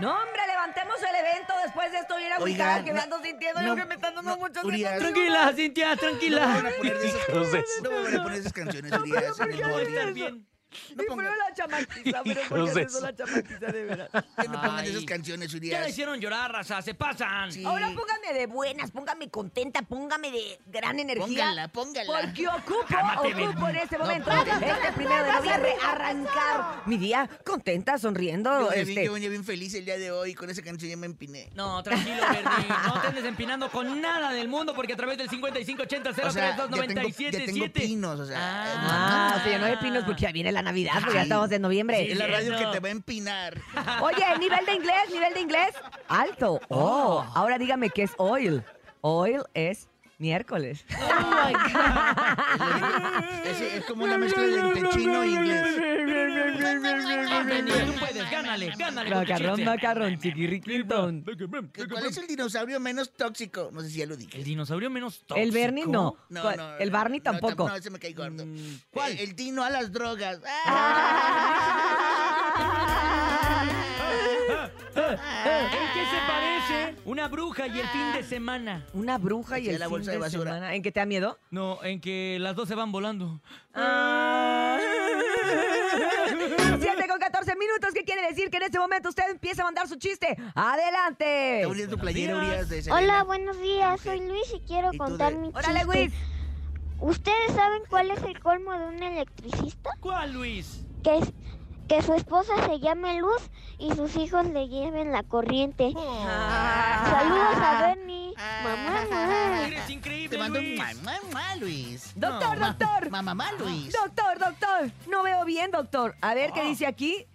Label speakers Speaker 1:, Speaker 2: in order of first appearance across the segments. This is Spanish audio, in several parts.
Speaker 1: No, hombre, levantemos el evento después de esto bien agüitada
Speaker 2: Oigan,
Speaker 1: que me
Speaker 2: no-
Speaker 1: ando sintiendo.
Speaker 2: no,
Speaker 1: yo que me están dando
Speaker 2: no,
Speaker 1: muchas
Speaker 2: Urias.
Speaker 3: Tranquila,
Speaker 2: No
Speaker 3: Cintia,
Speaker 2: me van a
Speaker 3: tranquila.
Speaker 2: poner de esas-
Speaker 4: Hijos de-
Speaker 2: no me van a poner esas canciones, Urias, en el
Speaker 3: Todo va a
Speaker 2: body.
Speaker 3: estar bien.
Speaker 2: No
Speaker 1: Mi
Speaker 2: pongan,
Speaker 1: prueba la chamaquiza, pero ¿por
Speaker 4: Hijos
Speaker 1: qué
Speaker 4: de
Speaker 1: haces
Speaker 4: su-
Speaker 1: la chamaquiza de veras?
Speaker 2: que no pongan
Speaker 3: Ay.
Speaker 2: esas canciones,
Speaker 3: Ya la
Speaker 2: Urias.
Speaker 3: hicieron llorar, raza, se pasan.
Speaker 2: Sí.
Speaker 1: Ahora póngame de buenas, póngame contenta, póngame de gran energía.
Speaker 2: Póngala, póngala.
Speaker 1: Porque ocupo,
Speaker 3: Cálmate,
Speaker 1: ocupo en este momento,
Speaker 2: póngala.
Speaker 1: este primero de noviembre, arrancar mi día contenta, sonriendo.
Speaker 2: Yo venía, bien,
Speaker 1: este,
Speaker 2: yo venía bien feliz el día de hoy, con esa canción ya me empiné.
Speaker 3: No, tranquilo, Bernie. No te andes empinando con nada del mundo porque a través del 5580
Speaker 2: O sea, ya tengo, ya tengo pinos, o sea.
Speaker 1: Ah,
Speaker 3: Ah.
Speaker 1: o sea, yo no de pinos porque ya viene la Navidad, porque ya
Speaker 2: Sí.
Speaker 1: estamos en
Speaker 2: Es
Speaker 1: noviembre.
Speaker 2: la radio
Speaker 3: Entiendo.
Speaker 2: que te va a empinar.
Speaker 1: Oye, nivel de inglés, nivel de inglés. Alto. Oh, ahora dígame qué es oil. Oil es miércoles.
Speaker 2: Es, es como una mezcla de lentechino e inglés.
Speaker 3: Bernie, tú puedes, gánale, gánale. con tu
Speaker 1: Macarrón,
Speaker 3: chiste.
Speaker 1: macarrón, chiquirriquintón.
Speaker 2: ¿Qué- ¿Cuál es el dinosaurio menos tóxico? No sé si ya lo dije.
Speaker 3: El dinosaurio menos tóxico.
Speaker 1: El Bernie no.
Speaker 2: No,
Speaker 1: ¿Cuál?
Speaker 2: no,
Speaker 1: el
Speaker 2: no,
Speaker 1: Barney
Speaker 2: no,
Speaker 1: tampoco. Mm,
Speaker 2: No, ese me cae gordo.
Speaker 3: ¿cuál?
Speaker 2: El, el dino a las drogas.
Speaker 1: Ah,
Speaker 3: ¿En qué se parece? Una bruja y el fin de semana.
Speaker 1: Una bruja y
Speaker 2: Eché
Speaker 1: el
Speaker 2: la
Speaker 1: fin
Speaker 2: bolsa de
Speaker 1: de,
Speaker 2: basura.
Speaker 1: semana. ¿En qué te da miedo?
Speaker 3: No, en que las dos se van volando.
Speaker 1: Ah. Siete con 14 minutos, ¿qué quiere decir? Que en este momento usted empieza a mandar su chiste. ¡Adelante!
Speaker 2: Te voy a poner tu playera,
Speaker 3: días.
Speaker 2: Urias, de Selena.
Speaker 5: Hola, buenos días. Soy Luis y quiero
Speaker 2: ¿Y tú
Speaker 5: contar
Speaker 2: de-
Speaker 5: mi
Speaker 1: ¡Órale,
Speaker 5: chiste.
Speaker 1: Luis!
Speaker 5: ¿Ustedes saben cuál es el colmo de un electricista?
Speaker 3: ¿Cuál, Luis?
Speaker 5: Que, es, que su esposa se llame Luz y sus hijos le lleven la corriente.
Speaker 3: Oh,
Speaker 1: Ah.
Speaker 2: Ah.
Speaker 5: Saludos a Bernie. Mamá, mamá.
Speaker 3: Eres increíble,
Speaker 2: Te mando un
Speaker 3: Luis.
Speaker 2: mamá, mamá, Luis.
Speaker 1: Doctor,
Speaker 2: No,
Speaker 1: doctor.
Speaker 2: Mamá,
Speaker 3: Ah,
Speaker 2: mamá, Luis.
Speaker 1: Doctor, doctor, no veo bien, doctor. A ver qué
Speaker 3: Ah.
Speaker 1: dice aquí.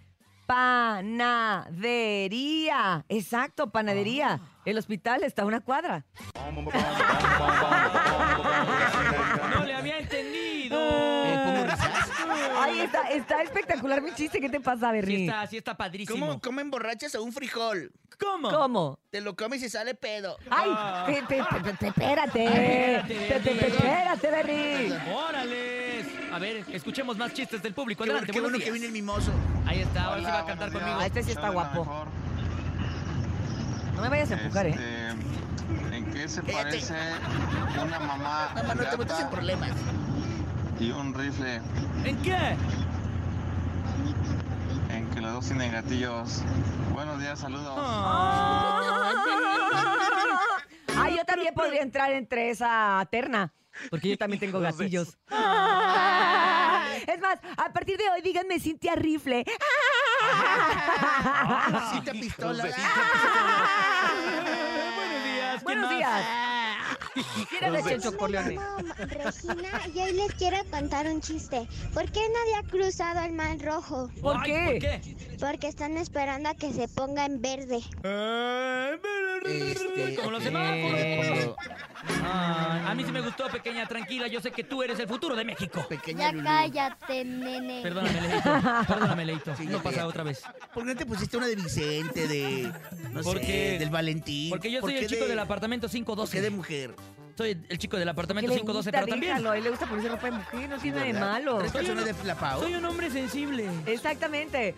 Speaker 1: Panadería. Exacto, panadería.
Speaker 3: Ah.
Speaker 1: El hospital está a una cuadra.
Speaker 3: No le había entendido.
Speaker 2: Eh, pongo risas.
Speaker 1: Ay, está, está espectacular mi chiste. ¿Qué te pasa,
Speaker 3: Sí
Speaker 1: Berry?
Speaker 3: está, sí está padrísimo.
Speaker 2: ¿Cómo, ¿Cómo emborrachas a un frijol?
Speaker 3: ¿Cómo?
Speaker 1: ¿Cómo?
Speaker 2: Te lo comes y sale pedo.
Speaker 1: Ay,
Speaker 3: Ah.
Speaker 1: pe- pe- pe- pe- pe- espérate.
Speaker 3: Espérate,
Speaker 1: Pe- pe- pe-
Speaker 3: Berry.
Speaker 1: Espérate, Berry.
Speaker 3: ¡Órales! A ver, escuchemos más chistes del público.
Speaker 2: Qué bueno,
Speaker 3: Adelante,
Speaker 2: qué
Speaker 3: buenos
Speaker 2: bueno que viene
Speaker 3: días.
Speaker 2: el mimoso.
Speaker 3: Ahí está, ahora
Speaker 6: Hola,
Speaker 3: sí va a cantar
Speaker 6: buenos
Speaker 3: conmigo.
Speaker 1: Ah,
Speaker 6: días.
Speaker 1: este sí está
Speaker 6: Soy la
Speaker 1: guapo.
Speaker 6: mejor.
Speaker 1: No me vayas a empujar, ¿eh?
Speaker 6: Este, ¿En qué se
Speaker 2: Cállate.
Speaker 6: parece una mamá
Speaker 2: Mamá, no te metas en
Speaker 6: gata
Speaker 2: problemas.
Speaker 6: y un rifle
Speaker 3: ¿En qué?
Speaker 6: en que los dos tienen gatillos? Buenos días, saludos.
Speaker 1: Ay, Ah, yo también podría entrar entre esa terna, porque yo también tengo
Speaker 4: Hijos de
Speaker 1: gatillos. Es más, a partir de hoy díganme Cintia Rifle.
Speaker 3: Ah.
Speaker 2: Cita pistola.
Speaker 4: de-
Speaker 1: Buenos
Speaker 3: Buenos días. ¿quién más? Ah.
Speaker 1: días. ¿Quién es
Speaker 4: Hijos de-
Speaker 1: el Checho Corleone?
Speaker 5: Regina y hoy les quiero contar un chiste. ¿Por qué nadie ha cruzado el mar rojo?
Speaker 1: ¿Por
Speaker 3: Ay,
Speaker 1: qué?
Speaker 3: ¿Por qué?
Speaker 5: Porque están esperando a que se ponga en verde.
Speaker 2: Este,
Speaker 3: Como los
Speaker 2: ok,
Speaker 3: semáforos. pues.
Speaker 2: puedo-
Speaker 3: Ay, a mí sí me gustó, pequeña, tranquila. Yo sé que tú eres el futuro de México.
Speaker 2: Pequeña Lulú.
Speaker 5: cállate, nene.
Speaker 3: Perdóname, Leito. Perdóname, Leito.
Speaker 2: Sí,
Speaker 3: no
Speaker 2: ya
Speaker 3: pasa
Speaker 2: vi.
Speaker 3: otra vez.
Speaker 2: ¿Por qué no te pusiste una de Vicente, de. No
Speaker 3: ¿Por
Speaker 2: sé,
Speaker 3: qué?
Speaker 2: del Valentín?
Speaker 3: Porque yo
Speaker 2: ¿Por
Speaker 3: soy el
Speaker 2: qué
Speaker 3: chico del apartamento
Speaker 2: ¿Por qué
Speaker 3: 512.
Speaker 2: de mujer?
Speaker 3: Soy el chico del
Speaker 1: Que
Speaker 3: apartamento
Speaker 1: le
Speaker 3: 512,
Speaker 1: gusta,
Speaker 3: pero también
Speaker 1: déjalo. A él le gusta ponerse ropa de mujer, no tiene nada de
Speaker 2: ¿Verdad?
Speaker 1: malo.
Speaker 2: Tres
Speaker 3: Soy
Speaker 2: canciones
Speaker 3: una-
Speaker 2: de la Pau.
Speaker 3: soy un hombre sensible.
Speaker 1: Exactamente.